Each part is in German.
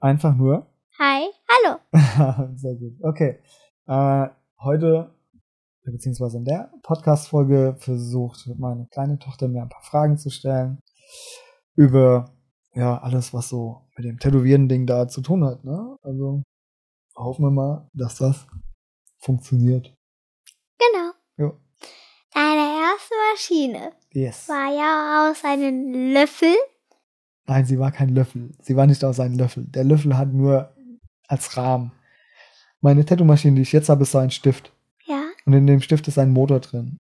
Einfach nur. Hi, hallo. Sehr gut. Okay. Äh, heute, beziehungsweise in der Podcast-Folge, versucht meine kleine Tochter mir ein paar Fragen zu stellen. Über ja, alles, was so mit dem Tätowieren-Ding da zu tun hat. Ne? Also hoffen wir mal, dass das funktioniert. Genau. Jo. Deine erste Maschine Yes. war ja aus einem Löffel. Nein, sie war kein Löffel. Sie war nicht aus einem Löffel. Der Löffel hat nur als Rahmen. Meine Tattoo-Maschine, die ich jetzt habe, ist so ein Stift. Ja. Und in dem Stift ist ein Motor drin.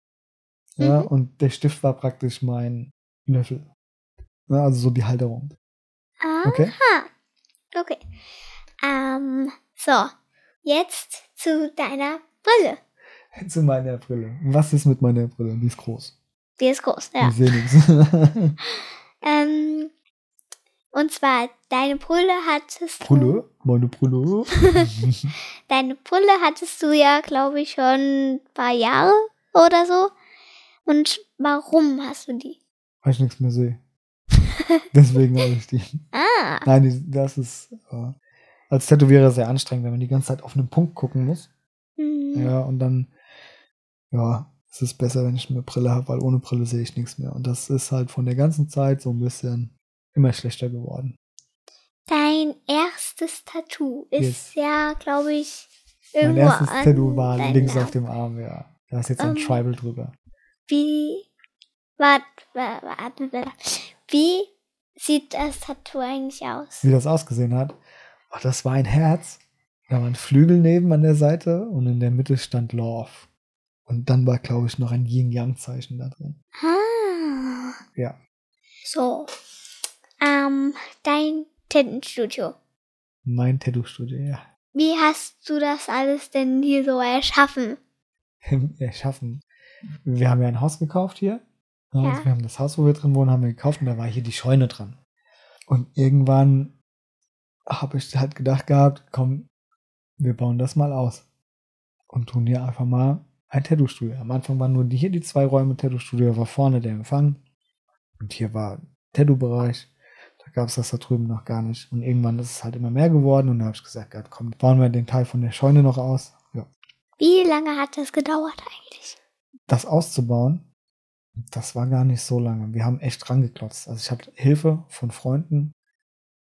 Ja, Mhm. und der Stift war praktisch mein Löffel. Ja, also so die Halterung. Ah, Okay? okay. Ähm, so. Jetzt zu deiner Brille. Zu meiner Brille. Was ist mit meiner Brille? Die ist groß. Die ist groß, ja. Ich sehe nichts. Ähm, und zwar, deine Brille hattest Brille? Meine Brille? du. Deine Brille hattest du ja, glaube ich, schon ein paar Jahre oder so. Und warum hast du die? Weil ich nichts mehr sehe. Deswegen habe ich die. Ah, Nein, die- das ist äh, als Tätowierer sehr anstrengend, wenn man die ganze Zeit auf einen Punkt gucken muss. hm, Ja, und dann, ja, es ist besser, wenn ich eine Brille habe, weil ohne Brille sehe ich nichts mehr. Und das ist halt von der ganzen Zeit so ein bisschen immer schlechter geworden. Dein erstes Tattoo ist ja, glaube ich, Mein irgendwo erstes an Tattoo war deinem links auf Arm. dem Arm, ja. Da ist jetzt ein Ähm. Tribal drüber. Wie, wart, wart, wart, wart, wie sieht das Tattoo eigentlich aus? Wie das ausgesehen hat, ach, das war ein Herz. Da waren Flügel neben an der Seite und in der Mitte stand Love. Und dann war, glaube ich, noch ein Yin-Yang-Zeichen da drin. Ah. Ja. So. Ähm, dein Tintenstudio. Mein Tattoo-Studio, ja. Wie hast du das alles denn hier so erschaffen? erschaffen. Wir haben ja ein Haus gekauft hier. Ja, Also Ja. wir haben das Haus, wo wir drin wohnen, haben wir gekauft und da war hier die Scheune dran. Und irgendwann habe ich halt gedacht gehabt, komm, wir bauen das mal aus. Und tun hier einfach mal ein Tattoo-Studio. Am Anfang waren nur die, hier die zwei Räume. Tattoo-Studio war vorne der Empfang. Und hier war Tattoo-Bereich. Da gab es das da drüben noch gar nicht. Und irgendwann ist es halt immer mehr geworden. Und da habe ich gesagt, gehabt, komm, bauen wir den Teil von der Scheune noch aus. Ja. Wie lange hat das gedauert eigentlich? das auszubauen, das war gar nicht so lange. Wir haben echt rangeklotzt. Also ich habe Hilfe von Freunden,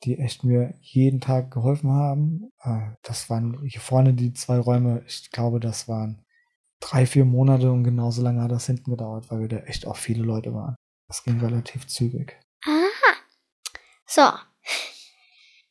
die echt mir jeden Tag geholfen haben. Äh, Das waren hier vorne die zwei Räume. Ich glaube, das waren drei, vier Monate und genauso lange hat das hinten gedauert, weil wir da echt auch viele Leute waren. Das ging relativ zügig. Aha. So.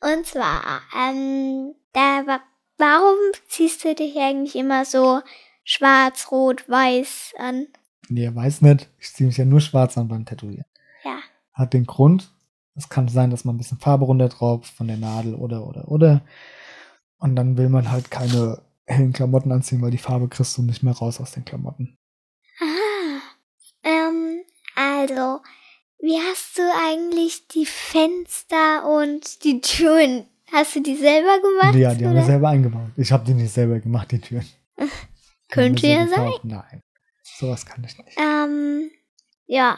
Und zwar, ähm, da, wa- warum ziehst du dich eigentlich immer so schwarz, rot, weiß an? Nee, ihr weiß nicht, ich ziehe mich ja nur schwarz an beim Tätowieren. Ja. Hat den Grund, es kann sein, dass man ein bisschen Farbe runtertropft von der Nadel oder, oder, oder. Und dann will man halt keine hellen Klamotten anziehen, weil die Farbe kriegst du nicht mehr raus aus den Klamotten. Ah. Ähm, also, wie hast du eigentlich die Fenster und die Türen? Hast du die selber gemacht? ja, die haben wir oder? selber eingebaut. Ich habe die nicht selber gemacht, die Türen. Die haben wir Könnte so ja sein. gekauft. Nein, sowas kann ich nicht. Ähm, ja.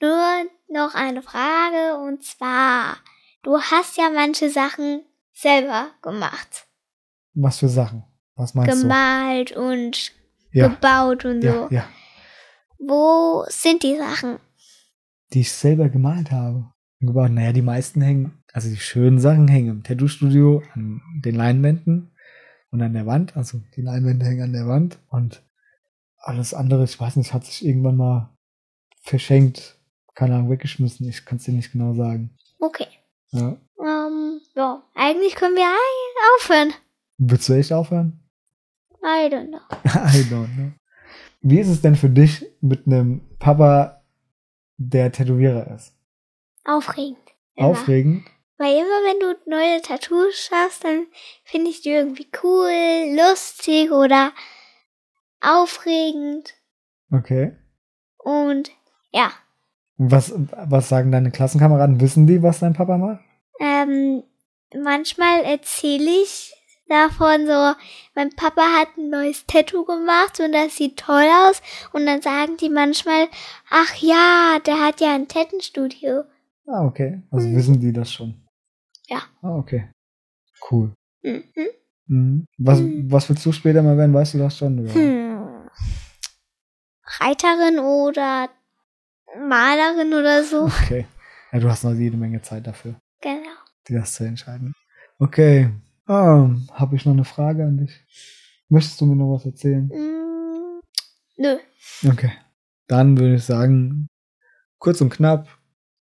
Nur noch eine Frage und zwar, du hast ja manche Sachen selber gemacht. Was für Sachen? Was meinst Gemalt und du? Ja, gebaut und ja, so. ja. Wo sind die Sachen? die ich selber gemalt habe. Und gebaut. Naja, die meisten hängen, also die schönen Sachen hängen im Tattoo-Studio an den Leinwänden und an der Wand. Also die Leinwände hängen an der Wand und alles andere, ich weiß nicht, hat sich irgendwann mal verschenkt, keine Ahnung, weggeschmissen. Ich kann es dir nicht genau sagen. Okay. Ja. Ähm, ja, eigentlich können wir ei- aufhören. Willst du echt aufhören? I don't know. I don't know. Wie ist es denn für dich mit einem Papa, der Tätowierer ist? Aufregend. Immer. Aufregend? Weil immer wenn du neue Tattoos schaffst, dann finde ich die irgendwie cool, lustig oder aufregend. Okay. Und ja, Was, was sagen deine Klassenkameraden? Wissen die, was dein Papa macht? ähm, manchmal erzähle ich davon so, mein Papa hat ein neues Tattoo gemacht und das sieht toll aus. Und dann sagen die manchmal, ach ja, der hat ja ein Tattoo-Studio. Ah, okay. Also Mhm. wissen die das schon. Ja. Ah, okay. Cool. Mhm. Mhm. Was, Mhm. was willst du später mal werden? Weißt du das schon? Ja. Hm. Reiterin oder Malerin oder so. Okay. Ja, du hast noch jede Menge Zeit dafür, genau. dir das zu entscheiden. Okay. Ah, Habe ich noch eine Frage an dich? Möchtest du mir noch was erzählen? Hm. Nö. Okay. Dann würde ich sagen, kurz und knapp.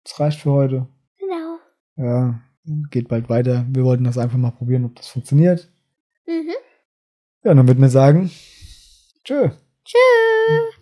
Es reicht für heute. Genau. Ja, geht bald weiter. Wir wollten das einfach mal probieren, ob das funktioniert. Mhm. Ja, dann würde mir sagen, tschö. Tschüss.